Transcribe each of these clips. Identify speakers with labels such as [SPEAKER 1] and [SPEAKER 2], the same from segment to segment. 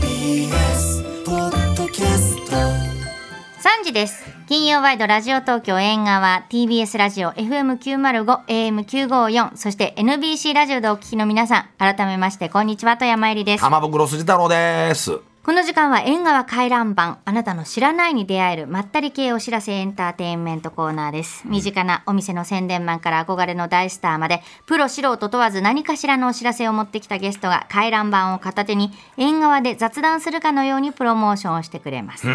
[SPEAKER 1] TBS ポッドキャスト
[SPEAKER 2] 3時です。金曜ワイドラジオ東京縁側 TBS ラジオ FM905 AM954 そして NBC ラジオでお聞きの皆さん改めましてこんにちは富山えりです。
[SPEAKER 3] 玉袋筋太郎です。
[SPEAKER 2] この時間は縁側回覧板あなたの知らないに出会えるまったり系お知らせエンターテインメントコーナーです身近なお店の宣伝マンから憧れの大スターまでプロ素人問わず何かしらのお知らせを持ってきたゲストが回覧板を片手に縁側で雑談するかのようにプロモーションをしてくれます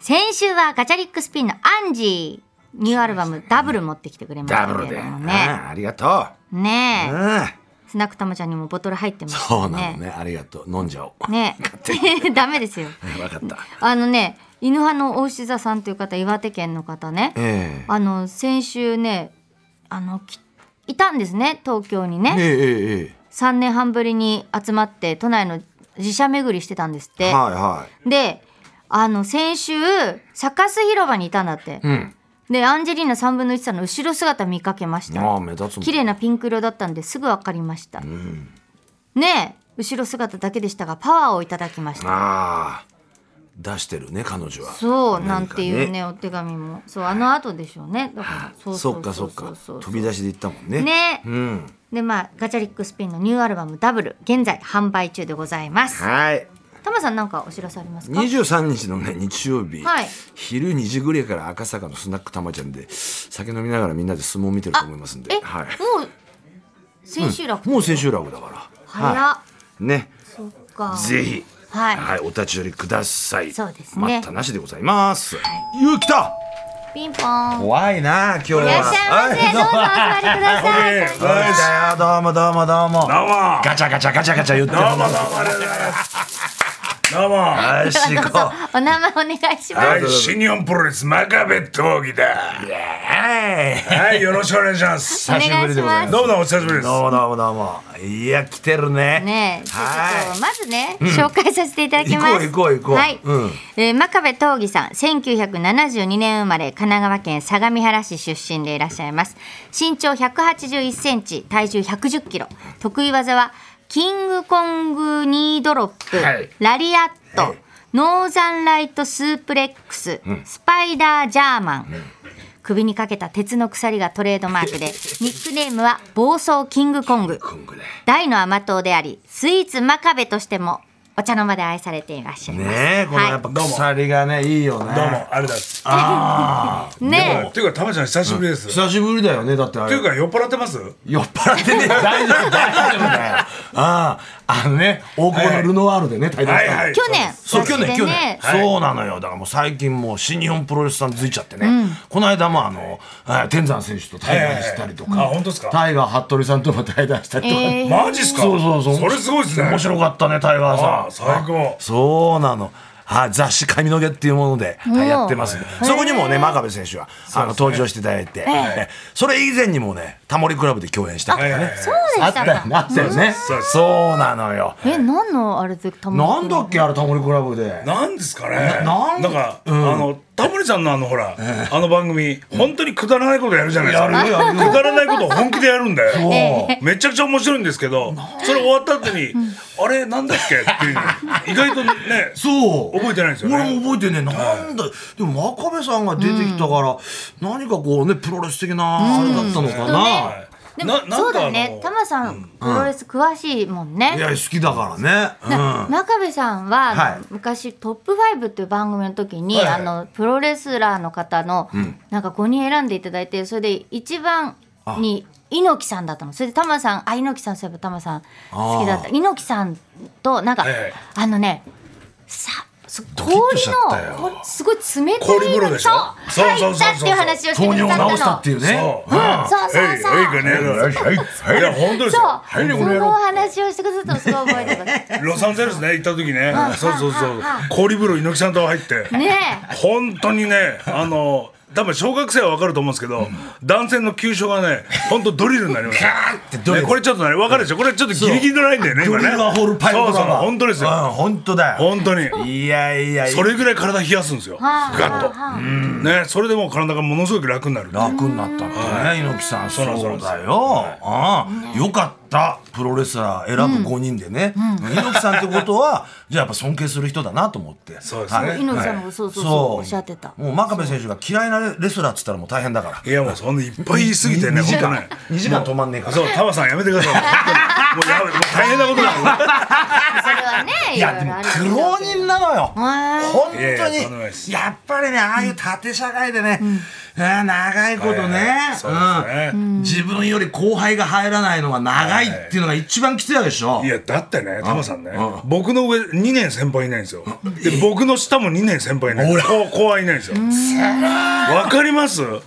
[SPEAKER 2] 先週はガチャリックスピンのアンジーニューアルバムダブル持ってきてくれまし
[SPEAKER 3] ダ
[SPEAKER 2] た
[SPEAKER 3] ブル
[SPEAKER 2] け
[SPEAKER 3] で。
[SPEAKER 2] れどもね
[SPEAKER 3] あありがと
[SPEAKER 2] ね
[SPEAKER 3] う。
[SPEAKER 2] え、
[SPEAKER 3] うん。
[SPEAKER 2] スナックたまちゃんにもボトル入ってますね
[SPEAKER 3] そうなのね。ありがとう。飲んじゃお う。
[SPEAKER 2] ねえ ダメですよ
[SPEAKER 3] わかった。
[SPEAKER 2] あのね犬派の大志座さんという方岩手県の方ね
[SPEAKER 3] え
[SPEAKER 2] あの先週ねあのきいたんですね東京に
[SPEAKER 3] えええ
[SPEAKER 2] ね
[SPEAKER 3] ええ
[SPEAKER 2] 3年半ぶりに集まって都内の自社巡りしてたんですっ
[SPEAKER 3] え
[SPEAKER 2] て、
[SPEAKER 3] はいは
[SPEAKER 2] であの先週サカス広場にいたんだって
[SPEAKER 3] い。うん。
[SPEAKER 2] でアンジェリーナ3分の1さんの後ろ姿見かけまし
[SPEAKER 3] あ
[SPEAKER 2] た
[SPEAKER 3] あ目立つもん。
[SPEAKER 2] 綺麗なピンク色だったんですぐ分かりました、ねえ後ろ姿だけでしたがパワーをいただきました
[SPEAKER 3] ああ出してるね彼女は。
[SPEAKER 2] そうな
[SPEAKER 3] 何
[SPEAKER 2] ん
[SPEAKER 3] か
[SPEAKER 2] ていうね。お手紙もそうあの後でしょうねだからそう
[SPEAKER 3] そっ
[SPEAKER 2] う
[SPEAKER 3] かそうっか
[SPEAKER 2] そう。
[SPEAKER 3] 飛び出しで行ったもんね。
[SPEAKER 2] ね
[SPEAKER 3] うん。
[SPEAKER 2] でまあガチャリックスピンのニューアルバムダブル現在販売中でございます
[SPEAKER 3] はい。
[SPEAKER 2] タマさんなんかお知らせありますか
[SPEAKER 3] 二十三日のね日曜日、
[SPEAKER 2] はい
[SPEAKER 3] 昼二時ぐらいから赤坂のスナックたまちゃんで酒飲みながらみんなで相撲見てると思いますん
[SPEAKER 2] え、
[SPEAKER 3] で、はい。
[SPEAKER 2] もう千秋楽、
[SPEAKER 3] もう千秋楽だから。
[SPEAKER 2] 早っ、
[SPEAKER 3] は
[SPEAKER 2] っ
[SPEAKER 3] い。ね。
[SPEAKER 2] そっか
[SPEAKER 3] ぜひ、
[SPEAKER 2] はい
[SPEAKER 3] お立ち寄りください。
[SPEAKER 2] そうですね
[SPEAKER 3] 待ったなしでございます。ゆうきた。
[SPEAKER 2] ピンポーンい
[SPEAKER 3] 怖いな、今日は。
[SPEAKER 2] らっしゃいませどうぞお座りくださ い
[SPEAKER 3] そうだよ、どうもどうもどうも。ガチャガチャガチャガチャ言ってる。どうもどうも
[SPEAKER 4] どうも、
[SPEAKER 3] よし、行こう。
[SPEAKER 2] お名前お願いします
[SPEAKER 4] はい、新日本プロレス真壁闘技だ。
[SPEAKER 3] イエーイ
[SPEAKER 4] はい、よろしくお願いします。
[SPEAKER 2] お願いします
[SPEAKER 4] どうも、お久しぶりです。
[SPEAKER 3] どうもどうもどうも。いや、来てるね。
[SPEAKER 2] ねえ、ちょっ
[SPEAKER 3] は
[SPEAKER 2] とまずね、紹介させていただきます。
[SPEAKER 3] 行こう行こう行こう
[SPEAKER 2] はい、
[SPEAKER 3] うん
[SPEAKER 2] えー真壁闘義さん、1972年生まれ、神奈川県相模原市出身でいらっしゃいます。身長181センチ、体重110キロ、得意技はキングコングニードロップ、
[SPEAKER 4] はい
[SPEAKER 2] ラリアット、ノーザンライトスープレックス、スパイダージャーマン。首にかけた鉄の鎖がトレードマークでニックネームは暴走キングコング
[SPEAKER 3] い。こんぐらい
[SPEAKER 2] 大の甘党でありスイーツ真壁としてもお茶の間で愛されていらっしゃいます
[SPEAKER 3] ねえ、このやっぱ鎖がね、いいよね。
[SPEAKER 4] どうも、ありがとうございます。
[SPEAKER 2] ねえ
[SPEAKER 4] っていうか、たまちゃん、久しぶりです。っ
[SPEAKER 3] 久しぶりだよね、だってあ
[SPEAKER 4] て
[SPEAKER 3] れ
[SPEAKER 4] いう。か、酔っ払ってます。
[SPEAKER 3] 酔っ払ってねえよ 大丈夫大丈夫だよ あああのね大久保のルノワールでね対談したの
[SPEAKER 4] はいはい
[SPEAKER 2] 去年
[SPEAKER 3] そう去年
[SPEAKER 2] 雑誌
[SPEAKER 3] 去
[SPEAKER 2] で
[SPEAKER 3] 年
[SPEAKER 2] ね
[SPEAKER 3] そうなのよだからもう最近もう新日本プロレスさん付いちゃってねこの間もあのあ天山選手と対談したりと
[SPEAKER 4] あ、
[SPEAKER 3] か
[SPEAKER 4] 本当ですか。
[SPEAKER 3] タイガー服部さんとも対談したりとか
[SPEAKER 2] えー
[SPEAKER 4] マジっすか。
[SPEAKER 3] そうそうそう
[SPEAKER 4] それすごいですね。
[SPEAKER 3] 面白かったねタイガ
[SPEAKER 4] あ
[SPEAKER 3] ー
[SPEAKER 4] あ、
[SPEAKER 3] さ
[SPEAKER 4] 最
[SPEAKER 3] ん
[SPEAKER 4] 高。
[SPEAKER 3] そうなの。はい、雑誌「髪の毛」っていうものではいやってますねそこにもね真壁選手はあの登場していただいてえそれ以前にもねタモリクラブで共演したから
[SPEAKER 4] はい
[SPEAKER 3] ね
[SPEAKER 4] はい
[SPEAKER 2] そうで
[SPEAKER 3] あっ
[SPEAKER 2] した
[SPEAKER 3] た
[SPEAKER 2] か
[SPEAKER 3] よねあったよねそうなのよ
[SPEAKER 2] え何のあれでたま
[SPEAKER 3] なんだっけあれタモリクラブで
[SPEAKER 4] なんですかね。
[SPEAKER 3] な
[SPEAKER 4] なんんか、あの、タモリさんの、あの、ほら、あの番組、本当にくだらないことやるじゃないですか。
[SPEAKER 3] やるよやるよ
[SPEAKER 4] くだらないことを本気でやるんだよ。
[SPEAKER 3] も
[SPEAKER 4] めちゃくちゃ面白いんですけど、それ終わった後に、あれなんだっけっていう意外とね、
[SPEAKER 3] うそう
[SPEAKER 4] 覚えてないんですよね
[SPEAKER 3] 俺も覚えてねえなんだでも真壁さんが出てきたから何かこうねプロレス的なあれだったのかな
[SPEAKER 2] でも
[SPEAKER 4] な
[SPEAKER 2] そうだ
[SPEAKER 4] なん
[SPEAKER 2] ねタ
[SPEAKER 4] かあの
[SPEAKER 2] マさんプロレス詳しいもんね
[SPEAKER 3] いや好きだからねうん
[SPEAKER 2] 真壁さんは、
[SPEAKER 3] はい
[SPEAKER 2] 昔「トップ5」っていう番組の時に、
[SPEAKER 4] はいはい
[SPEAKER 2] あのプロレスラーの方の、なんか5人選んでいただいてそれで一番に猪木さんだったのそれでタマさんあ猪木さんそういえばタマさん好きだった猪木さんとなんか、
[SPEAKER 4] はいはい
[SPEAKER 2] あのねさそ氷
[SPEAKER 3] キッとしちゃったよ
[SPEAKER 2] のこすごい冷たい
[SPEAKER 4] 氷風呂でしょ
[SPEAKER 2] そう
[SPEAKER 4] そ
[SPEAKER 2] 入
[SPEAKER 4] うそうそう
[SPEAKER 2] っ
[SPEAKER 4] そう
[SPEAKER 2] たっていう話をして
[SPEAKER 3] 糖
[SPEAKER 2] くれ
[SPEAKER 3] 尿を
[SPEAKER 2] たんだの
[SPEAKER 3] 治したっていうね
[SPEAKER 4] そ
[SPEAKER 2] う
[SPEAKER 4] う。
[SPEAKER 2] んそうそうそう
[SPEAKER 4] はい、はい、はい、はい、はい、いや、本当です
[SPEAKER 2] そう、
[SPEAKER 4] よ。はい、
[SPEAKER 2] そ
[SPEAKER 4] この野
[SPEAKER 2] のお
[SPEAKER 4] 郎
[SPEAKER 2] 話をしてくださったのすごい覚えてます
[SPEAKER 4] ロサンゼルスね、行った時ね、そうそうそう
[SPEAKER 2] は、
[SPEAKER 4] 氷風呂猪木さんと入って、
[SPEAKER 2] ねえ
[SPEAKER 4] 本当にね、あの。多分小学生はわかると思うんですけど、男性の急所がね、本当ドリルになります。
[SPEAKER 3] ガーンってドリル
[SPEAKER 4] ねこれちょっとね、わかるでしょこれちょっとギリギリのラインだよね、
[SPEAKER 3] ド
[SPEAKER 4] 今
[SPEAKER 3] リ
[SPEAKER 4] ね。
[SPEAKER 3] ルがホールパイプ
[SPEAKER 4] そうそう、本当ですよ。
[SPEAKER 3] うん、本当だよ。
[SPEAKER 4] 本当に。
[SPEAKER 3] いやいやいや。
[SPEAKER 4] それぐらい体冷やすんですよ。
[SPEAKER 2] はあ
[SPEAKER 4] ガッと。
[SPEAKER 2] はあ
[SPEAKER 4] ね、それでもう体がものすごく楽になる。
[SPEAKER 3] 楽になったんだね、猪木さん。そう
[SPEAKER 4] なんです
[SPEAKER 3] だよ。ああ、よかった。プロレスラー選ぶ5人でね。猪木さんってことは、じゃあやっぱ尊敬する人だなと思って。
[SPEAKER 4] そうですね
[SPEAKER 3] はい
[SPEAKER 2] 猪木さん
[SPEAKER 3] は
[SPEAKER 2] も
[SPEAKER 3] い
[SPEAKER 2] そうそうそう
[SPEAKER 3] そう
[SPEAKER 2] おっしゃってた
[SPEAKER 3] もう真壁選手が嫌いなレスラーっつったらもう大変だから。
[SPEAKER 4] いやもうそんないっぱい言いすぎてね、
[SPEAKER 3] 2
[SPEAKER 4] 本
[SPEAKER 3] 時
[SPEAKER 4] 当
[SPEAKER 3] 間
[SPEAKER 4] ね。、
[SPEAKER 3] 2時間止まんねえから。
[SPEAKER 4] そう、タワさんやめてください。本当にもうやめもう大変なことだよ。
[SPEAKER 2] それはね
[SPEAKER 3] い
[SPEAKER 2] い
[SPEAKER 3] や
[SPEAKER 2] ろ
[SPEAKER 3] で
[SPEAKER 2] い
[SPEAKER 3] も
[SPEAKER 2] ろあるけ
[SPEAKER 3] 苦
[SPEAKER 2] ど
[SPEAKER 3] 労人なの
[SPEAKER 2] へ
[SPEAKER 3] よ
[SPEAKER 2] ー
[SPEAKER 3] 本
[SPEAKER 4] いやい
[SPEAKER 3] 当
[SPEAKER 4] やとんでもないで
[SPEAKER 3] に
[SPEAKER 4] す
[SPEAKER 3] やっぱりねああいう縦社会でね、あー長いことね,、
[SPEAKER 4] そうです
[SPEAKER 3] う
[SPEAKER 4] ね。
[SPEAKER 3] ん、自分より後輩が入らないのが長いっていうのが一番きついわけでしょ、
[SPEAKER 4] いやだってね、タマさんね
[SPEAKER 3] うん、
[SPEAKER 4] 僕の上2年先輩いないんですよ。で、僕の下も2年先輩いないんですよ。こう後輩いないんですよ。わかります？2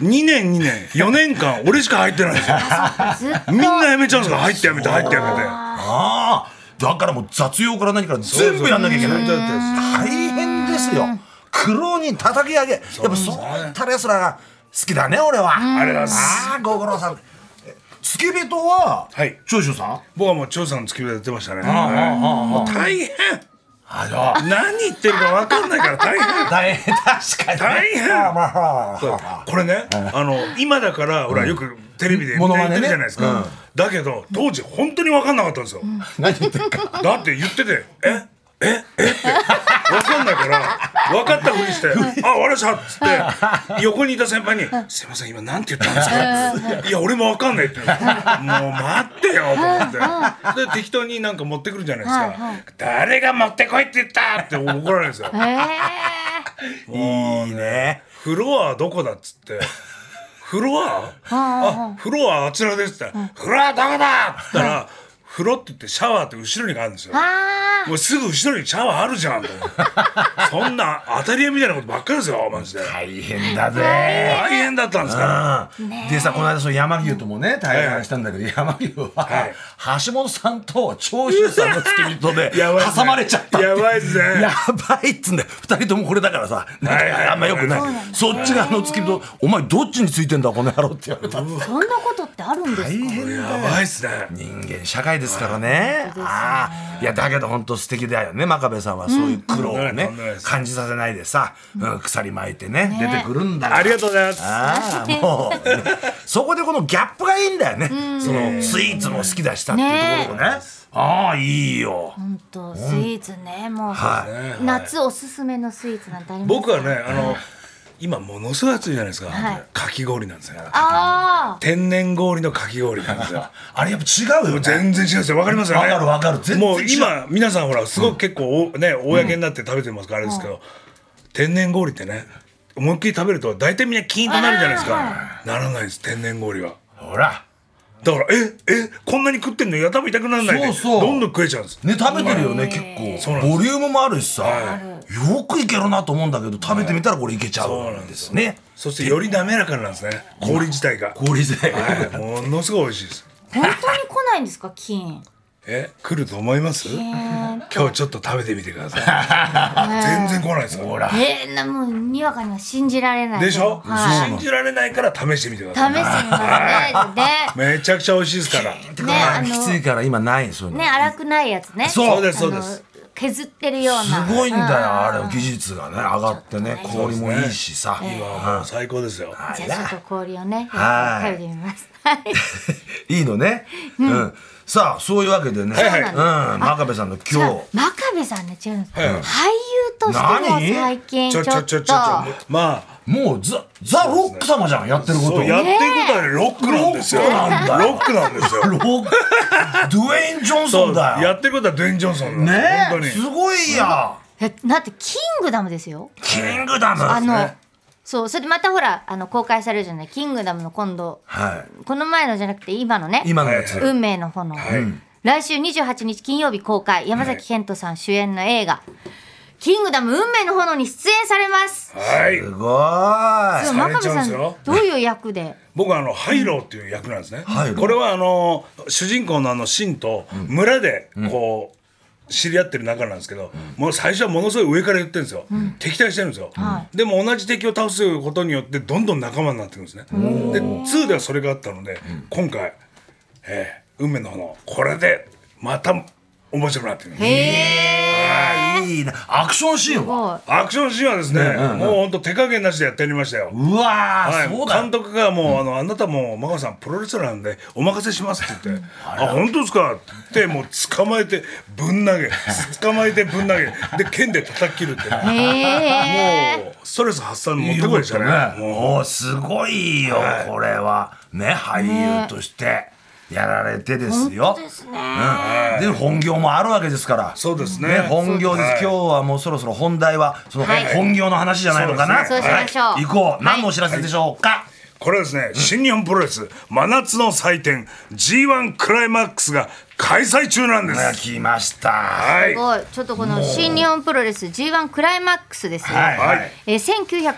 [SPEAKER 4] 年2年4年間俺しか入ってないん ですよ。
[SPEAKER 2] ずっと
[SPEAKER 4] みんなやめちゃうんですから入ってやめて入ってや
[SPEAKER 3] ああだからもう雑用から何から全部やんなきゃいけない
[SPEAKER 4] そうそうそう
[SPEAKER 3] 大変ですよ苦労人叩き上げやっぱそういったレスラーが好きだね俺はあ
[SPEAKER 4] りがとうございます
[SPEAKER 3] あーご苦労さんえ付け人は、
[SPEAKER 4] はい
[SPEAKER 3] 長州さん
[SPEAKER 4] 僕はもう長さんの付き人やってましたね。
[SPEAKER 3] ああ
[SPEAKER 4] はい
[SPEAKER 3] あ
[SPEAKER 4] もう大変。
[SPEAKER 3] あああ
[SPEAKER 4] 何言ってるかわかんないから大変。
[SPEAKER 3] 大変確かに
[SPEAKER 4] 大変
[SPEAKER 3] まあまあまあ
[SPEAKER 4] そうこれね、あの今だからほらよくテレビで
[SPEAKER 3] モ
[SPEAKER 4] 言
[SPEAKER 3] ノ
[SPEAKER 4] って
[SPEAKER 3] マ
[SPEAKER 4] る
[SPEAKER 3] ネね
[SPEAKER 4] じゃないですか、
[SPEAKER 3] うん
[SPEAKER 4] だけど当時本当に分かんなかったんですよ、
[SPEAKER 3] 何言ってるか
[SPEAKER 4] だって言ってて「えええって分かんないから分かったふりして「あわかりました」っつって横にいた先輩に「すいません今なんて言ったんですか?」いや俺も分かんない」って言うのもう待ってよ」と思ってで適当になんか持ってくるじゃないですか「誰が持ってこいって言った!」って怒られるんですよ
[SPEAKER 2] へー
[SPEAKER 3] いいね
[SPEAKER 4] フロアどこだっつって。フロアあ、フロアあちらですって言ったら、フロアどこだって言ったら、風呂って言ってシャワーって後ろにあるんですよ。
[SPEAKER 2] あー
[SPEAKER 4] もうすぐ後ろにシャワーあるじ ゃんと思って。そんな当たり屋みたいなことばっかりですよ、マジで。
[SPEAKER 3] 大変だぜ
[SPEAKER 4] 大変だったんですから。
[SPEAKER 3] うんでさこの間その山牛ともね対談したんだけど山牛は
[SPEAKER 4] はい
[SPEAKER 3] 橋本さんと長州さんの付き人で
[SPEAKER 4] やばいっすね
[SPEAKER 3] 挟まれちゃったって
[SPEAKER 4] やばいっすね
[SPEAKER 3] やばいっつうんだよ2人ともこれだからさなん
[SPEAKER 4] はいはい
[SPEAKER 3] かあんまよくないそっち側の付き人お前どっちについてんだこの野郎って言われた
[SPEAKER 2] そんなことってあるんです
[SPEAKER 3] 大
[SPEAKER 2] か
[SPEAKER 3] 変だよ
[SPEAKER 4] やばいっすね。
[SPEAKER 3] 人間社会ですからね。ああ、いやだけど本当素敵だよね。真壁さんはそういう苦労をね
[SPEAKER 4] うんうん
[SPEAKER 3] 感じさせないでさ、うん鎖巻いてね出てくるんだから。
[SPEAKER 4] ありがとうございます。
[SPEAKER 3] ああもうねそこでこのギャップがいいんだよね。そのスイーツも好きだしたっていうところがね。ああいいよ。
[SPEAKER 2] 本当スイーツねもう
[SPEAKER 3] は
[SPEAKER 2] 夏おすすめのスイーツなんてあります
[SPEAKER 4] 僕はね、あの、今ものすごい暑いじゃないですか
[SPEAKER 2] はい。
[SPEAKER 4] かき氷なんですよ。
[SPEAKER 2] あ
[SPEAKER 4] 天然氷のかき氷なんですよ。
[SPEAKER 3] あれやっぱ違うよね。
[SPEAKER 4] 全然違うんですよ。わかりますよね。
[SPEAKER 3] わかるわかる全然違う
[SPEAKER 4] もう今、皆さんほら、すごく結構、おね、公になって食べてますから、あれですけど、天然氷ってね、思いっきり食べると、大体みんなキーンとなるじゃないですか。ならないです、天然氷は。
[SPEAKER 3] ほら
[SPEAKER 4] だから、え、え、こんなに食ってんのやたら痛くならないで、
[SPEAKER 3] そうそう
[SPEAKER 4] どんどん食えちゃうんです。
[SPEAKER 3] ね食べてるよね結
[SPEAKER 4] そうなん
[SPEAKER 3] 構
[SPEAKER 4] です
[SPEAKER 3] ボリュームもあるしさ、
[SPEAKER 4] は
[SPEAKER 3] よくいけるなと思うんだけど食べてみたらこれいけちゃうんですよね。
[SPEAKER 4] そして、より滑らかなんですね、氷自体が。
[SPEAKER 3] 氷で。
[SPEAKER 4] はい、ものすごい美味しいです。
[SPEAKER 2] ー本当に来ないんですか金
[SPEAKER 4] え、来ると思います
[SPEAKER 2] え
[SPEAKER 4] 今日ちょっと食べてみてください。全然来ないですよ。ほら。
[SPEAKER 2] えー、なもうにわかには信じられない
[SPEAKER 4] でしょ、
[SPEAKER 2] はい、
[SPEAKER 4] 信じられないから試してみてくだ
[SPEAKER 2] 試
[SPEAKER 4] さい。
[SPEAKER 2] してみますね
[SPEAKER 4] めちゃくちゃ美味しいですから。
[SPEAKER 3] て
[SPEAKER 2] ね
[SPEAKER 3] か
[SPEAKER 2] あの
[SPEAKER 3] きついから今ないそう いう
[SPEAKER 2] でね
[SPEAKER 3] の
[SPEAKER 2] 荒くないやつね
[SPEAKER 3] そう
[SPEAKER 4] そうですそうで
[SPEAKER 2] あの
[SPEAKER 4] す。
[SPEAKER 2] 削ってるような
[SPEAKER 3] すごいんだよ
[SPEAKER 2] う
[SPEAKER 3] あれ技術がね上がってね氷もいいしさ。
[SPEAKER 4] 今もう最高ですよ。
[SPEAKER 3] あ
[SPEAKER 2] じゃ
[SPEAKER 3] ら
[SPEAKER 2] あちょっと氷をね
[SPEAKER 3] はい
[SPEAKER 2] 食べてみます はい
[SPEAKER 3] いいのね。うん。さあ、そういうわけでね。
[SPEAKER 4] いはい
[SPEAKER 3] うん。真壁さんの
[SPEAKER 2] じゃあ
[SPEAKER 3] 今
[SPEAKER 2] 真壁さんね違うんです、
[SPEAKER 4] はいはい
[SPEAKER 2] 俳優としても
[SPEAKER 3] 何
[SPEAKER 2] 最近ち
[SPEAKER 4] ち
[SPEAKER 2] ょ
[SPEAKER 4] ょ
[SPEAKER 2] っ
[SPEAKER 4] ちょ
[SPEAKER 2] と
[SPEAKER 4] ちょちょちょ。まあ、
[SPEAKER 3] 日、もうザ、ザ・ロック様じゃん、やってること。
[SPEAKER 4] そうやってることはねロックなんですよ。
[SPEAKER 3] ロックなんだ
[SPEAKER 4] ロックなんですよ。
[SPEAKER 3] ロッ ク。ドゥエイン・ジョン
[SPEAKER 4] そ
[SPEAKER 3] ソン
[SPEAKER 4] う
[SPEAKER 3] だ
[SPEAKER 4] や
[SPEAKER 3] よ。
[SPEAKER 4] ってることはドゥエン・ジョンソンなんです
[SPEAKER 3] ね
[SPEAKER 4] 本当
[SPEAKER 3] え。
[SPEAKER 4] に
[SPEAKER 3] す。ごいや。
[SPEAKER 2] えだってキングダムですよ
[SPEAKER 3] キングダム。
[SPEAKER 2] あの、
[SPEAKER 3] ね
[SPEAKER 2] そうそれでまたほらあの公開されるじゃない「キングダム」の今度
[SPEAKER 3] はい。
[SPEAKER 2] この前のじゃなくて今のね
[SPEAKER 3] 今のやつ。
[SPEAKER 2] 運命の炎、来週28日金曜日公開山崎賢人さん主演の映画「キングダム運命の炎」に出演されます
[SPEAKER 4] はい
[SPEAKER 3] す。ごー
[SPEAKER 2] でも真
[SPEAKER 3] い。
[SPEAKER 4] され
[SPEAKER 2] 壁
[SPEAKER 4] ちゃうん
[SPEAKER 2] さ
[SPEAKER 4] で
[SPEAKER 2] ん
[SPEAKER 4] すよ
[SPEAKER 2] どういう役で
[SPEAKER 4] 僕はあのハイローっていう役なんですね
[SPEAKER 3] ハイロ。ー
[SPEAKER 4] これはあの主人公のあのシンと村でこう。知り合ってる仲なんですけど、もう最初はものすごい上から言ってるんですよ、敵対してるんですよ、でも同じ敵を倒すことによってどんどん仲間になってくるんですねで2ではそれがあったので、今回、えー、運命の花これでまた面白くなってくる
[SPEAKER 3] あーいいなアクションシーンは
[SPEAKER 2] お
[SPEAKER 4] アクションシーンはですね、もう本当手加減なしでやってやりましたよ
[SPEAKER 3] うわー、そうだ
[SPEAKER 4] 監督がもう、あの、あなたも、マカさん、プロレスラーなんで、お任せしますって言って、あ、本当ですかって言って、もう捕まえて、ぶん投げ、捕まえて、ぶん投げ、で、剣で叩き切る って、
[SPEAKER 2] へえ
[SPEAKER 4] もう、ストレス発散持
[SPEAKER 3] い
[SPEAKER 4] っ
[SPEAKER 3] い
[SPEAKER 4] て
[SPEAKER 3] よ
[SPEAKER 4] こいでしたね。も
[SPEAKER 3] もうすごいよ、これはね俳優としてやられてですよ、うん、で本業もあるわけですから
[SPEAKER 4] そうですね
[SPEAKER 3] 本業です、
[SPEAKER 4] はい
[SPEAKER 3] 今日はもうそろそろ本題はその
[SPEAKER 2] はい
[SPEAKER 3] 本業の話じゃないのかな、
[SPEAKER 4] そうですね
[SPEAKER 3] はい
[SPEAKER 2] そうしましょう
[SPEAKER 3] 行こう何のお知らせでしょうか、
[SPEAKER 4] うこれはですね、新日本プロレス、真夏の祭典、G1 クライマックスが開催中なんで
[SPEAKER 3] ね
[SPEAKER 4] す。
[SPEAKER 3] 来ましたは
[SPEAKER 4] は
[SPEAKER 2] す
[SPEAKER 4] い。
[SPEAKER 2] ごいちょっとこの新日本プロレス G1 クライマックスですね、
[SPEAKER 3] い、はい
[SPEAKER 4] はい
[SPEAKER 2] えー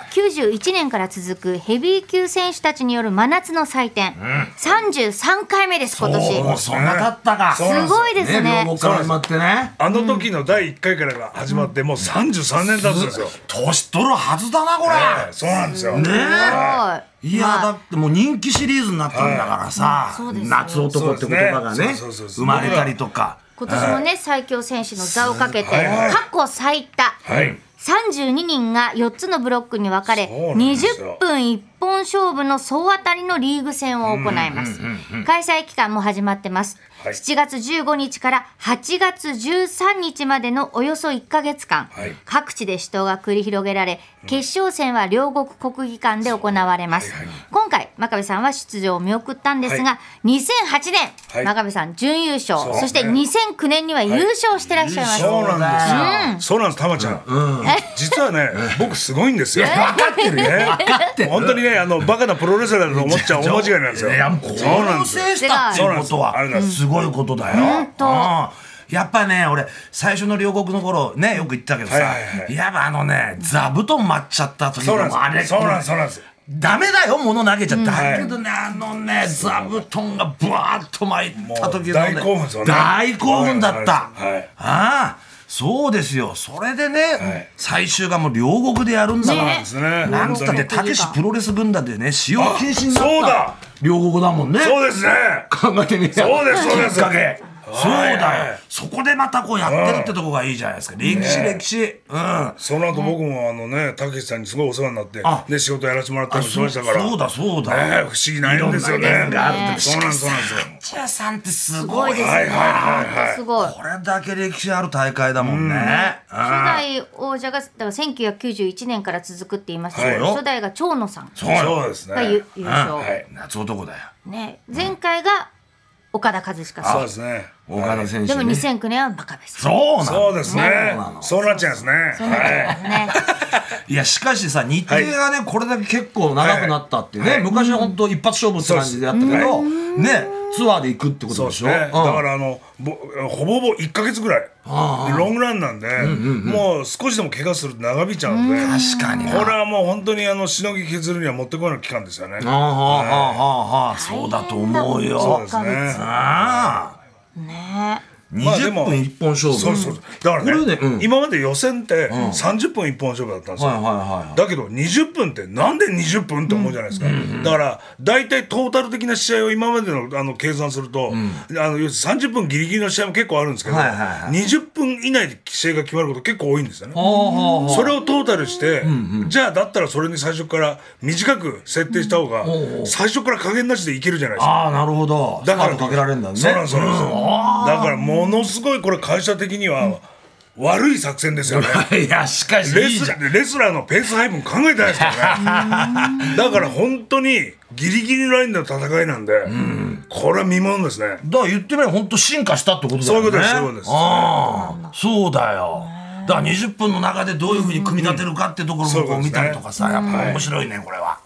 [SPEAKER 2] 1991年から続くヘビー級選手たちによる真夏の祭典、33回目です今
[SPEAKER 3] おー
[SPEAKER 2] 年す
[SPEAKER 3] そんな経ったか、
[SPEAKER 4] そうなんですよ
[SPEAKER 2] ごいですね
[SPEAKER 3] 両国から始まってね
[SPEAKER 4] あの時の第1回からが始まって、もう33年経つんですよ。
[SPEAKER 3] 年取るはずだなこれ、
[SPEAKER 4] はいそうなんですよ。
[SPEAKER 3] ねえ
[SPEAKER 2] はい
[SPEAKER 3] いや、
[SPEAKER 2] まあ
[SPEAKER 3] だってもう人気シリーズになったんだからさ、
[SPEAKER 2] そうですよ
[SPEAKER 3] 夏男って言葉が
[SPEAKER 4] そう
[SPEAKER 3] ね
[SPEAKER 4] ですねそうそうそう
[SPEAKER 3] 生
[SPEAKER 4] そう
[SPEAKER 3] まれたりとか
[SPEAKER 2] 今年もね、最強選手の座をかけて、
[SPEAKER 4] はいはい
[SPEAKER 2] 過去最多、
[SPEAKER 4] はい。
[SPEAKER 2] 32人が4つのブロックに分かれ
[SPEAKER 4] そうなんです
[SPEAKER 2] 20
[SPEAKER 4] よ
[SPEAKER 2] 分1本勝負の総当たりのリーグ戦を行います、開催期間も始まってます、
[SPEAKER 4] はい
[SPEAKER 2] 7月15日から8月13日までのおよそ1ヶ月間、
[SPEAKER 4] はい
[SPEAKER 2] 各地で死闘が繰り広げられ決勝戦は両国国技館で行われます、今回真壁さんは出場を見送ったんですが、2008年、
[SPEAKER 4] はい
[SPEAKER 2] 真壁さん準優勝
[SPEAKER 4] そう
[SPEAKER 2] そ,、
[SPEAKER 4] ね
[SPEAKER 2] して2009年には優勝してらっしゃいます、
[SPEAKER 4] そうなんですよ。そうなんです、たまちゃん。実はね、僕すごいんですよ。分かってるね。本当にね、あのバカなプロレスラーだと思っちゃ大間違いなんですよ。
[SPEAKER 3] いやもうこ
[SPEAKER 4] そうな
[SPEAKER 3] の
[SPEAKER 4] んですよ。
[SPEAKER 3] 制したっていうこと
[SPEAKER 4] そうなんで
[SPEAKER 3] は
[SPEAKER 4] す
[SPEAKER 3] すごいことだよ、うんやっぱね俺最初の両国の頃ねよく言ったけどさ、
[SPEAKER 4] はいはいはい
[SPEAKER 3] やっぱあのね座布団待っちゃった時
[SPEAKER 4] そうなんで
[SPEAKER 3] も
[SPEAKER 4] す
[SPEAKER 3] あれ
[SPEAKER 4] そうなんですそうなんです
[SPEAKER 3] ダメだよ物投げちゃった、
[SPEAKER 4] ん
[SPEAKER 3] だけどねあのね座布団がブワーッと巻いた時の、ね、
[SPEAKER 4] もう大興奮ですよね
[SPEAKER 3] 大興奮だった、
[SPEAKER 4] はい
[SPEAKER 3] ああそうですよそれでね、
[SPEAKER 4] はい
[SPEAKER 3] 最終がもう両国でやるんだから、
[SPEAKER 4] そうなんですね
[SPEAKER 3] なんつったって
[SPEAKER 4] 本
[SPEAKER 3] たけしプロレス軍団でね使用禁止になった
[SPEAKER 4] あそうだ
[SPEAKER 3] 両国だもんね
[SPEAKER 4] そうですね。
[SPEAKER 3] 考えてみれば
[SPEAKER 4] そうですそうです
[SPEAKER 3] きっかけそうだ
[SPEAKER 4] は
[SPEAKER 3] よ
[SPEAKER 4] い
[SPEAKER 3] そこでまたこうやってるってとこがいいじゃないですか歴史歴史うん
[SPEAKER 4] その後僕もあのね、たけしさんにすごいお世話になって
[SPEAKER 3] あ、
[SPEAKER 4] で仕事やらせてもらったりもしましたから。
[SPEAKER 3] あそうだそうだ
[SPEAKER 4] ね不思議な縁ですよ
[SPEAKER 3] いろんな
[SPEAKER 4] ね
[SPEAKER 3] 縁。があるって
[SPEAKER 4] そうなんですそうなんですよ。
[SPEAKER 3] 33ってすごいです
[SPEAKER 4] はいはい
[SPEAKER 3] ね
[SPEAKER 4] はいはい
[SPEAKER 2] す。ごい
[SPEAKER 3] これだけ歴史ある大会だもんねうん
[SPEAKER 2] 初代王者がだから1991年から続くって言いましたけど、
[SPEAKER 3] はい
[SPEAKER 2] 初代が長野さん
[SPEAKER 3] そうよ
[SPEAKER 4] そうです
[SPEAKER 2] がゆ
[SPEAKER 4] ね。
[SPEAKER 2] 優
[SPEAKER 3] うん
[SPEAKER 2] 勝、
[SPEAKER 4] はい
[SPEAKER 3] 夏男だよ
[SPEAKER 2] ね、前回が岡田和親
[SPEAKER 4] そう
[SPEAKER 2] さ
[SPEAKER 4] ですね。
[SPEAKER 3] 岡田選
[SPEAKER 2] んで
[SPEAKER 3] 手
[SPEAKER 2] も
[SPEAKER 3] ね
[SPEAKER 2] 2009年は真壁さん
[SPEAKER 3] そうなの
[SPEAKER 4] そうですね
[SPEAKER 3] そうな。の
[SPEAKER 4] そうなっちゃうんですね。はい。
[SPEAKER 2] ね、
[SPEAKER 3] いやしかしさ日程がね、これだけ結構長くなったってね、
[SPEAKER 4] はい
[SPEAKER 3] 昔は本当一発勝負って感じでやったけど、ねツアーで行くってことでしょ
[SPEAKER 4] ね、だ
[SPEAKER 3] うん
[SPEAKER 4] からあのぼほぼほぼ1か月ぐらいロングランなんで、もう少しでも怪我すると長引いちゃうので、
[SPEAKER 3] 確かにな
[SPEAKER 4] これはもう本当にあのしのぎ削るにはもってこいの期間ですよね。
[SPEAKER 3] ああああああああそうだと思う
[SPEAKER 4] そう
[SPEAKER 3] よ
[SPEAKER 4] ですね。
[SPEAKER 3] ああ
[SPEAKER 2] ね
[SPEAKER 4] まあで
[SPEAKER 3] 20
[SPEAKER 4] も
[SPEAKER 3] 分一本勝負、
[SPEAKER 4] そうそうそうだからね
[SPEAKER 3] これねうん
[SPEAKER 4] 今まで予選って30分一本勝負だったんですよ、
[SPEAKER 3] はいはいはい
[SPEAKER 4] だけど20分ってなんで20分って思うじゃないですか、だから大体トータル的な試合を今までのあの計算すると、あの要するに30分ギリギリの試合も結構あるんですけど、
[SPEAKER 3] はいはいはい
[SPEAKER 4] 20分以内で試合が決まること結構多いんですよね。
[SPEAKER 3] ああああ
[SPEAKER 4] それをトータルして、じゃあだったらそれに最初から短く設定した方が、最初から加減なしでいけるじゃないですか。
[SPEAKER 3] ああなるほど
[SPEAKER 4] だから
[SPEAKER 3] スパートかけられるんだね
[SPEAKER 4] そうなんですそうなんです
[SPEAKER 3] うん
[SPEAKER 4] だからものすごいこれ会社的には悪い作戦です よね。
[SPEAKER 3] いやしかしい
[SPEAKER 4] レ
[SPEAKER 3] い
[SPEAKER 4] ス
[SPEAKER 3] じゃん
[SPEAKER 4] レスラーのペース配分考えてないですからね。だから本当にギリギリラインでの戦いなんで、これは見ものですね。
[SPEAKER 3] だから言ってみれば本当進化したってことだよね
[SPEAKER 4] そういうことですそういうことです
[SPEAKER 3] ああそうだよだから20分の中でどういうふうに組み立てるかってところ
[SPEAKER 4] そうい
[SPEAKER 3] も
[SPEAKER 4] うこ
[SPEAKER 3] ことう
[SPEAKER 4] です
[SPEAKER 3] 見
[SPEAKER 4] ね
[SPEAKER 3] たりとかさやっぱ面白いねこれは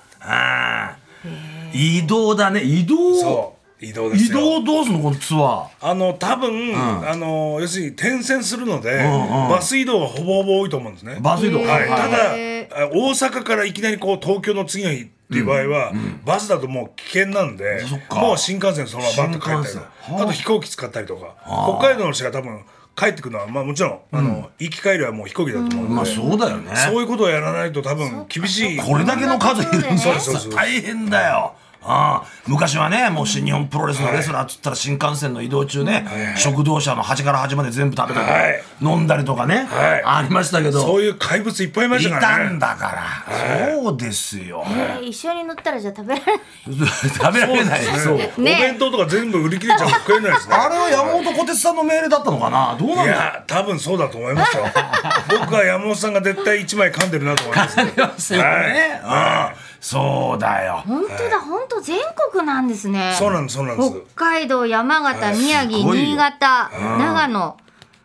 [SPEAKER 3] うん移動だね移動
[SPEAKER 4] そう移動で
[SPEAKER 3] 移
[SPEAKER 4] すよ。
[SPEAKER 3] 動どうすんのこのツア
[SPEAKER 4] あの多分、あの要するに転戦するので、バス移動はほぼほぼ多いと思うんですね。
[SPEAKER 3] ーバス移動
[SPEAKER 4] はい、た
[SPEAKER 2] へ
[SPEAKER 4] だあ大阪からいきなりこう東京の次の日っていう場合は、バスだともう危険なんで
[SPEAKER 3] そっか
[SPEAKER 4] もう新幹線そのままバッと帰ったり
[SPEAKER 3] 新幹
[SPEAKER 4] とか
[SPEAKER 3] 線はあ
[SPEAKER 4] あと飛行機使ったりとか北海道の人が多分帰ってくるのは、まあ、もちろん、あの、行き帰りはもう飛行機だと思うので、
[SPEAKER 3] まあそうだよね
[SPEAKER 4] そういうことをやらないと多分厳しい。
[SPEAKER 3] これだけの数いるんだ
[SPEAKER 4] そう
[SPEAKER 3] よ
[SPEAKER 4] そうそう
[SPEAKER 3] 大変だよああ昔はねもう新日本プロレスのレスラーっつったら新幹線の移動中ね、食堂車の端から端まで全部食べたり、
[SPEAKER 4] はい
[SPEAKER 3] 飲んだりとかね、
[SPEAKER 4] はい
[SPEAKER 3] ありましたけど
[SPEAKER 4] そういう怪物いっぱいいま
[SPEAKER 3] い
[SPEAKER 4] したから
[SPEAKER 3] た
[SPEAKER 4] ね。
[SPEAKER 3] んだから、そうですよ、
[SPEAKER 2] えー一緒に乗ったらじゃあ食べられない
[SPEAKER 3] 食べられない
[SPEAKER 4] そう
[SPEAKER 3] そう
[SPEAKER 4] お弁当とか全部売り切れちゃうと食えないですね。
[SPEAKER 3] あれは山本小鉄さんの命令だったのかなどうなん
[SPEAKER 4] い
[SPEAKER 3] だ
[SPEAKER 4] や、多分そうだと思いますよ。僕は山本さんが絶対一枚噛んでるなと思いますね。
[SPEAKER 3] すよね、うん、そうだよ
[SPEAKER 2] 本当だ本当全国なんですね
[SPEAKER 4] そうなんです、そうなんです。
[SPEAKER 2] 北海道山形宮
[SPEAKER 3] す
[SPEAKER 2] 城
[SPEAKER 3] ごいよ
[SPEAKER 2] 新潟長野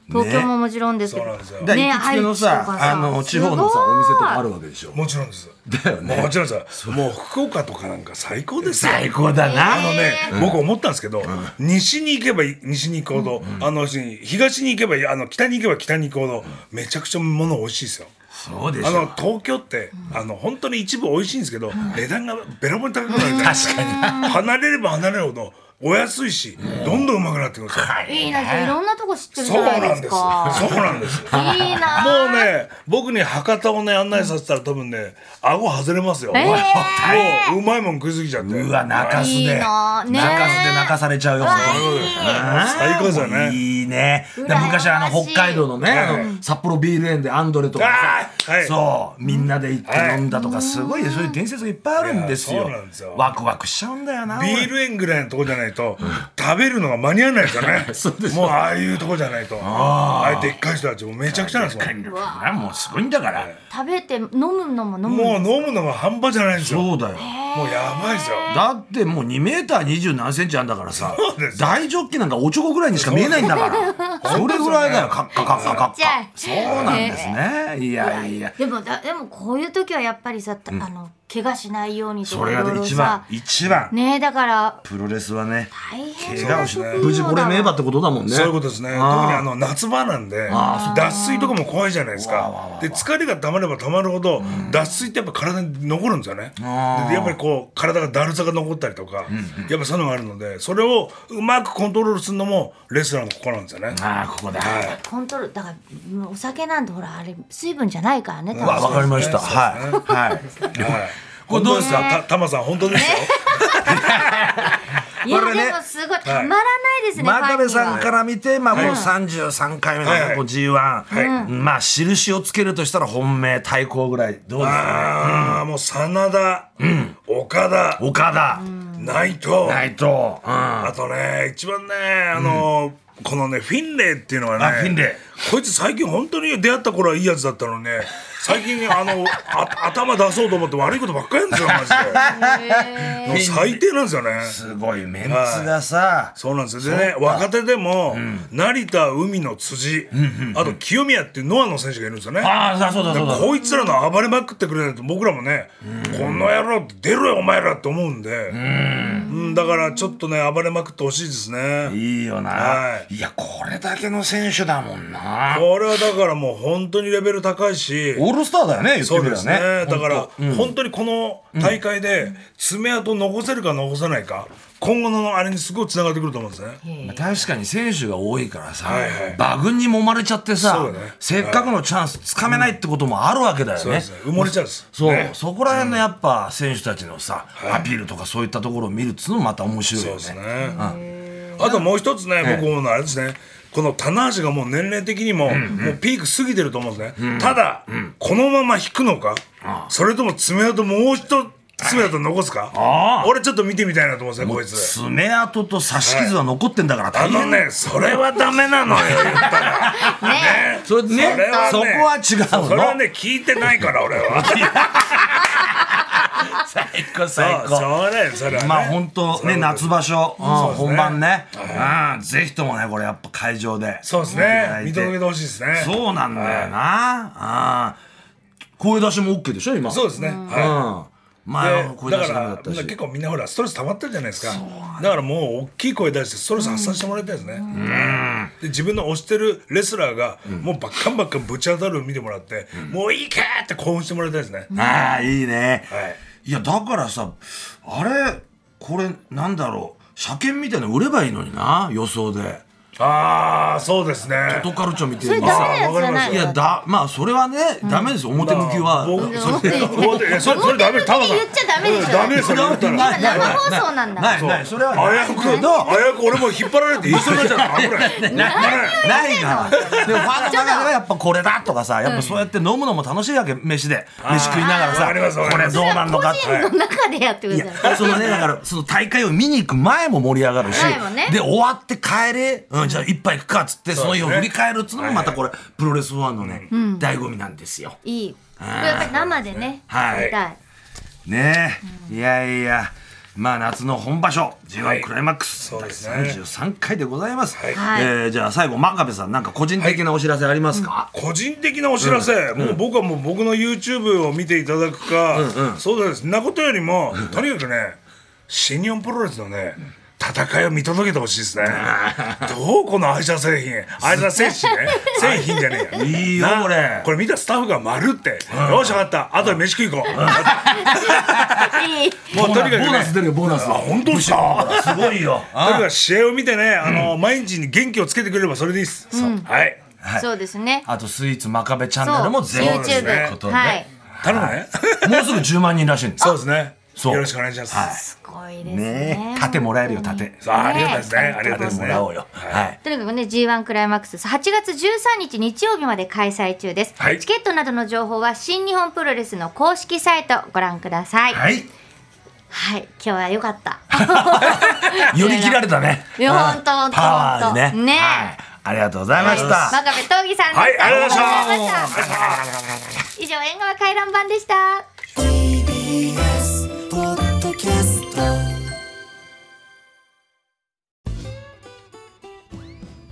[SPEAKER 2] 東京ももちろんですけ
[SPEAKER 4] そう
[SPEAKER 2] ど、
[SPEAKER 4] なんですよ。
[SPEAKER 3] で行きつけの
[SPEAKER 2] 愛知とか
[SPEAKER 3] さ
[SPEAKER 2] さ
[SPEAKER 3] あの地方の
[SPEAKER 2] す
[SPEAKER 3] さ
[SPEAKER 2] ごい
[SPEAKER 3] お店とかあるわけでしょ
[SPEAKER 4] もちろんです。
[SPEAKER 3] だよ
[SPEAKER 4] もうもちろんです。もう福岡とかなんか最高ですよ。
[SPEAKER 3] 最高だ
[SPEAKER 4] あ
[SPEAKER 3] な、
[SPEAKER 4] のね、僕思ったんですけど、西に行けばい西に行くほど、あの東に行けばいいあの北に行けば北に行くほどめちゃくちゃ物美味しいですよ。
[SPEAKER 3] そうでし
[SPEAKER 4] あの
[SPEAKER 3] ょ
[SPEAKER 4] 東京って、あの本当に一部美味しいんですけど、値段がべらぼうに高くなるから
[SPEAKER 3] 確かに
[SPEAKER 4] 離れれば離れるほどお安いし、どんどんうまくなってくるんですよ。
[SPEAKER 2] いいなじゃあいろんなとこ知ってるじ
[SPEAKER 4] そう
[SPEAKER 2] ゃな
[SPEAKER 4] ないんで。
[SPEAKER 2] ですす
[SPEAKER 4] そう
[SPEAKER 2] か
[SPEAKER 4] なんです。 も
[SPEAKER 2] いいな
[SPEAKER 4] うね、僕に博多をね案内させたら多分ね、顎外れますよ。
[SPEAKER 2] えー
[SPEAKER 4] もううまいもん食いすぎちゃって。
[SPEAKER 3] うわ泣かすで
[SPEAKER 2] いいなね
[SPEAKER 3] 泣かすで泣かされちゃうよ
[SPEAKER 2] わ
[SPEAKER 3] それ
[SPEAKER 2] いい
[SPEAKER 3] あー
[SPEAKER 4] 最高ですよね
[SPEAKER 3] いいねで昔あの
[SPEAKER 2] 羨ましい
[SPEAKER 3] 北海道のねあの札幌ビール園でアンドレとかさ
[SPEAKER 4] あーはい
[SPEAKER 3] そうみんなで行っ
[SPEAKER 4] は
[SPEAKER 3] て
[SPEAKER 4] い
[SPEAKER 3] 飲んだとかすごいそういう伝説がいっぱいあるんです
[SPEAKER 4] いや
[SPEAKER 3] よ
[SPEAKER 4] そうなんですよ
[SPEAKER 3] ワクワクしちゃうんだよな
[SPEAKER 4] ビール園ぐらいのとこじゃないと食べるのが間に合わないですよね
[SPEAKER 3] そうでしょ
[SPEAKER 4] もうああいうとこじゃないとああいうでっかい人たちもめちゃくちゃなんです
[SPEAKER 3] 俺
[SPEAKER 4] よ
[SPEAKER 3] これはもうすごいんだから
[SPEAKER 2] 食べて飲むのも飲むの
[SPEAKER 4] もう飲むのが半端じゃないんですよも
[SPEAKER 3] そうだよ
[SPEAKER 4] うやばいですよ
[SPEAKER 3] だってもう2メーター20何センチあんだからさ
[SPEAKER 4] うですよ
[SPEAKER 3] 大ジョッキなんかおちょこぐらいにしか見えないんだからそれぐらいだよカッカカッカカッ
[SPEAKER 2] ちっちゃ
[SPEAKER 3] カ
[SPEAKER 2] い
[SPEAKER 3] そうなんですねいやいや
[SPEAKER 2] でもだでもこういう時はやっぱりさ、たあの怪我しないようにと
[SPEAKER 3] そ
[SPEAKER 2] か
[SPEAKER 3] れ
[SPEAKER 2] い
[SPEAKER 3] が
[SPEAKER 2] ろい
[SPEAKER 3] ね
[SPEAKER 2] ろ
[SPEAKER 3] 一番
[SPEAKER 2] さ
[SPEAKER 3] 一番
[SPEAKER 2] ねえだから
[SPEAKER 3] プロレスはね
[SPEAKER 2] 大変
[SPEAKER 3] 怪
[SPEAKER 2] な
[SPEAKER 3] 我をしない
[SPEAKER 2] 職業
[SPEAKER 3] 無事これめえばってことだもんね
[SPEAKER 4] そういうことですね特に
[SPEAKER 3] あー
[SPEAKER 4] あの夏場なんで脱水とかも怖いじゃないですかで疲れが溜まれば溜まるほど脱水ってやっぱ体に残るんですよねで
[SPEAKER 3] あー
[SPEAKER 4] やっぱりこう体がだるさが残ったりとかやっぱそういうのがあるのでそれをうまくコントロールするのもレスラーのここなんですよね
[SPEAKER 3] ああここだ
[SPEAKER 2] コントロールだからもうお酒なんてほらあれ水分じゃないからね多分
[SPEAKER 3] わわかりました
[SPEAKER 4] そう
[SPEAKER 3] はいはい
[SPEAKER 4] はい
[SPEAKER 3] これどうですか
[SPEAKER 4] 本当た、たまさん、本 当ですよ。
[SPEAKER 2] いや
[SPEAKER 3] これね
[SPEAKER 2] でもすごいたまらないですね、
[SPEAKER 3] 真壁さんからら見て、まあ、もう33回目の
[SPEAKER 4] はい
[SPEAKER 3] こう G1、
[SPEAKER 4] は
[SPEAKER 3] まあ印をつけるとしたら本命対抗ぐらいどうですか
[SPEAKER 4] ああ、もう真田、岡田、
[SPEAKER 3] 岡田
[SPEAKER 4] 内藤、
[SPEAKER 3] 内藤、うん、
[SPEAKER 4] あとね、一番ね、あのー、このね、フィンレイっていうのがね、
[SPEAKER 3] あフィンレ
[SPEAKER 4] こいつ最近本当に出会った頃はいいやつだったのにね、最近ね、あの、あ頭出そうと思って悪いことばっかりやるんですよ、マジで。もう最低なんですよね。
[SPEAKER 3] すごいメンツがさ、
[SPEAKER 4] そうなんですよ。でね、若手でも、成田、海野、辻、あと清宮っていうノアの選手がいるんですよね。
[SPEAKER 3] ああそうだそうだそう
[SPEAKER 4] こいつらの暴れまくってくれないと僕らもね、この野郎出ろよお前らって思うんで、うん、だからちょっとね暴れまくってほしいですね
[SPEAKER 3] だいいよな、、
[SPEAKER 4] はい
[SPEAKER 3] やこれだけの選手だもんな
[SPEAKER 4] これはだからもう本当にレベル高いし
[SPEAKER 3] オールスターだよね言って
[SPEAKER 4] そう
[SPEAKER 3] みれ
[SPEAKER 4] で
[SPEAKER 3] ば
[SPEAKER 4] す
[SPEAKER 3] ね
[SPEAKER 4] ねだから本当にこの大会で爪痕残せるか残さないか今後のあれにすごいつながってくると思うんですね
[SPEAKER 3] まあ確かに選手が多いからさ、
[SPEAKER 4] はいはい
[SPEAKER 3] 馬群に揉まれちゃってさ、
[SPEAKER 4] そうだね
[SPEAKER 3] せっかくのチャンスつかめないってこともあるわけだよ
[SPEAKER 4] そうで
[SPEAKER 3] ね
[SPEAKER 4] すね埋もれちゃうんです
[SPEAKER 3] そう、
[SPEAKER 4] ね
[SPEAKER 3] そこら辺のやっぱ選手たちのさ、アピールとかそういったところを見るっつうのもまた面白い
[SPEAKER 4] そう
[SPEAKER 3] よ
[SPEAKER 4] ですね
[SPEAKER 3] ね。
[SPEAKER 4] あともう一つね僕思うのはあれですねこの棚橋がもう年齢的にももうピーク過ぎてると思うんですねただこのまま引くのかそれとも爪痕もう一爪痕残す
[SPEAKER 3] あ
[SPEAKER 4] か
[SPEAKER 3] あ
[SPEAKER 4] 俺ちょっと見てみたいなと思うんですねこいつ
[SPEAKER 3] 爪痕と刺し傷は残ってんだから
[SPEAKER 4] あ
[SPEAKER 3] 大変
[SPEAKER 4] のねそれはダメなのよ 言ったらね
[SPEAKER 3] それね
[SPEAKER 4] れはね
[SPEAKER 3] そこは違うの
[SPEAKER 4] それ はね聞いてないから俺は
[SPEAKER 3] 最高 最
[SPEAKER 4] そ
[SPEAKER 3] 高
[SPEAKER 4] うそうねそれはね
[SPEAKER 3] まあ本当ね夏場所、うん
[SPEAKER 4] そうですね
[SPEAKER 3] 本番ね、うんぜひともねこれやっぱ会場で
[SPEAKER 4] そうです
[SPEAKER 3] 見ていた
[SPEAKER 4] ね
[SPEAKER 3] だい
[SPEAKER 4] 見
[SPEAKER 3] て
[SPEAKER 4] 届けてほしいですね
[SPEAKER 3] そうなんだよな、うん声出しも OK でしょ今
[SPEAKER 4] そうですね
[SPEAKER 3] う
[SPEAKER 4] はい
[SPEAKER 3] ん前は
[SPEAKER 4] で
[SPEAKER 3] 声
[SPEAKER 4] だ
[SPEAKER 3] 出
[SPEAKER 4] か
[SPEAKER 3] しダメだ
[SPEAKER 4] ら
[SPEAKER 3] ったし
[SPEAKER 4] 結構みんなほらストレス溜まってるじゃないですかだからもう大きい声出してストレス発散してもらいたいですねで自分の推してるレスラーがもうバッカンバッカンぶち当たるの見てもらってもういいかーって興奮してもらいたいですね
[SPEAKER 3] ああいいね、
[SPEAKER 4] はい
[SPEAKER 3] い、やだからさあれこれなんだろう車検みたいなの売ればいいのにな予想で
[SPEAKER 4] ああそうですね
[SPEAKER 3] トカルチョみた
[SPEAKER 2] それ
[SPEAKER 3] い
[SPEAKER 2] ダ
[SPEAKER 3] な。
[SPEAKER 2] メ
[SPEAKER 3] まあ
[SPEAKER 2] なやつじゃない
[SPEAKER 3] いやだまあそれはね、ダメです表向きは、
[SPEAKER 4] 僕
[SPEAKER 2] うん
[SPEAKER 4] それ
[SPEAKER 2] 思って
[SPEAKER 4] いやそれそれダメですタマさん
[SPEAKER 2] 言っちゃダメでしょ
[SPEAKER 4] ダメですよ言ったら
[SPEAKER 2] 今生放送なんだ
[SPEAKER 3] ないないそれはない
[SPEAKER 4] 危うく危うく俺も引っ張られて一緒になっちゃう危ない危ない
[SPEAKER 3] ないなでもファンの中ではやっぱこれだとかさやっぱそうやって飲むのも楽しいわけ飯で飯食いながら
[SPEAKER 4] わかります
[SPEAKER 3] さ
[SPEAKER 4] わ
[SPEAKER 3] これ
[SPEAKER 4] かります
[SPEAKER 3] どうなんのかって
[SPEAKER 2] 個人の中でやってく
[SPEAKER 3] い
[SPEAKER 2] ださい
[SPEAKER 3] やそのねだからその大会を見に行く前も盛り上がるし、
[SPEAKER 2] 前もね
[SPEAKER 3] で終わって帰れ、うん、じゃあ一杯行くかっつってそ,、の日を
[SPEAKER 4] そ
[SPEAKER 3] 振
[SPEAKER 4] うですね
[SPEAKER 3] り返るっつうのもまたこれプロレスファンのね、醍醐味なんですよ。
[SPEAKER 2] いいこれやっぱり生でね
[SPEAKER 3] はい
[SPEAKER 2] やり たい
[SPEAKER 3] ねえ、いやいやまあ夏の本場所 G1 クライマックス、
[SPEAKER 4] そう
[SPEAKER 3] 第
[SPEAKER 4] ですね
[SPEAKER 3] 33回でございます、
[SPEAKER 4] はい
[SPEAKER 2] はい
[SPEAKER 3] えーじゃあ最後真壁さんなんか個人的なお知らせありますか、
[SPEAKER 4] 個人的なお知らせ、もう僕はもう僕の YouTube を見ていただくか、そうですそんなことよりも、とにかくね新日本プロレスのね戦いを見届けてほしいですね。どうこの愛車製品、愛車製品ね、製品じゃねえや。
[SPEAKER 3] いいよ
[SPEAKER 4] な
[SPEAKER 3] これ
[SPEAKER 4] これ見たスタッフが丸って、よし分かった、あとで飯食い行こ。
[SPEAKER 2] いいう
[SPEAKER 4] もうとにかくね、
[SPEAKER 3] るよボーナス
[SPEAKER 4] あ本当ですか。
[SPEAKER 3] すごいよ
[SPEAKER 4] とにかく試合を見てね、あの毎日に元気をつけてくれればそれでいいです。はい。
[SPEAKER 2] そうですね
[SPEAKER 3] あとスイーツ真壁チャン
[SPEAKER 2] そう
[SPEAKER 3] ネルも全部
[SPEAKER 4] そうですね
[SPEAKER 2] YouTube はい
[SPEAKER 4] 頼むね。
[SPEAKER 3] もうすぐ10万人らしいんです
[SPEAKER 4] そうですね。
[SPEAKER 3] そう
[SPEAKER 4] よろしくお願いします。
[SPEAKER 2] すごいです
[SPEAKER 3] ね
[SPEAKER 2] ね
[SPEAKER 3] え盾もらえるよ盾
[SPEAKER 4] さあありがたいですね。ありがたいで
[SPEAKER 3] 盾
[SPEAKER 4] す
[SPEAKER 3] も
[SPEAKER 4] ね。
[SPEAKER 3] らおうよはい
[SPEAKER 2] とにかくね G1 クライマックス8月13日日曜日まで開催中です、
[SPEAKER 4] はい
[SPEAKER 2] チケットなどの情報は新日本プロレスの公式サイトご覧くださいはい、
[SPEAKER 3] は
[SPEAKER 2] 今
[SPEAKER 3] い
[SPEAKER 2] 日は良かった
[SPEAKER 3] より切られたね
[SPEAKER 2] いや本当
[SPEAKER 3] うんパワーで
[SPEAKER 2] 本当
[SPEAKER 3] ね
[SPEAKER 2] ねえ
[SPEAKER 3] はいありがとうございまし
[SPEAKER 2] 真
[SPEAKER 3] た
[SPEAKER 2] 壁闘技さんでした、
[SPEAKER 4] はいありがとうございました
[SPEAKER 2] ありがとうございました以上縁側回覧版でした
[SPEAKER 1] TBS ポッドキャスト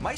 [SPEAKER 5] 毎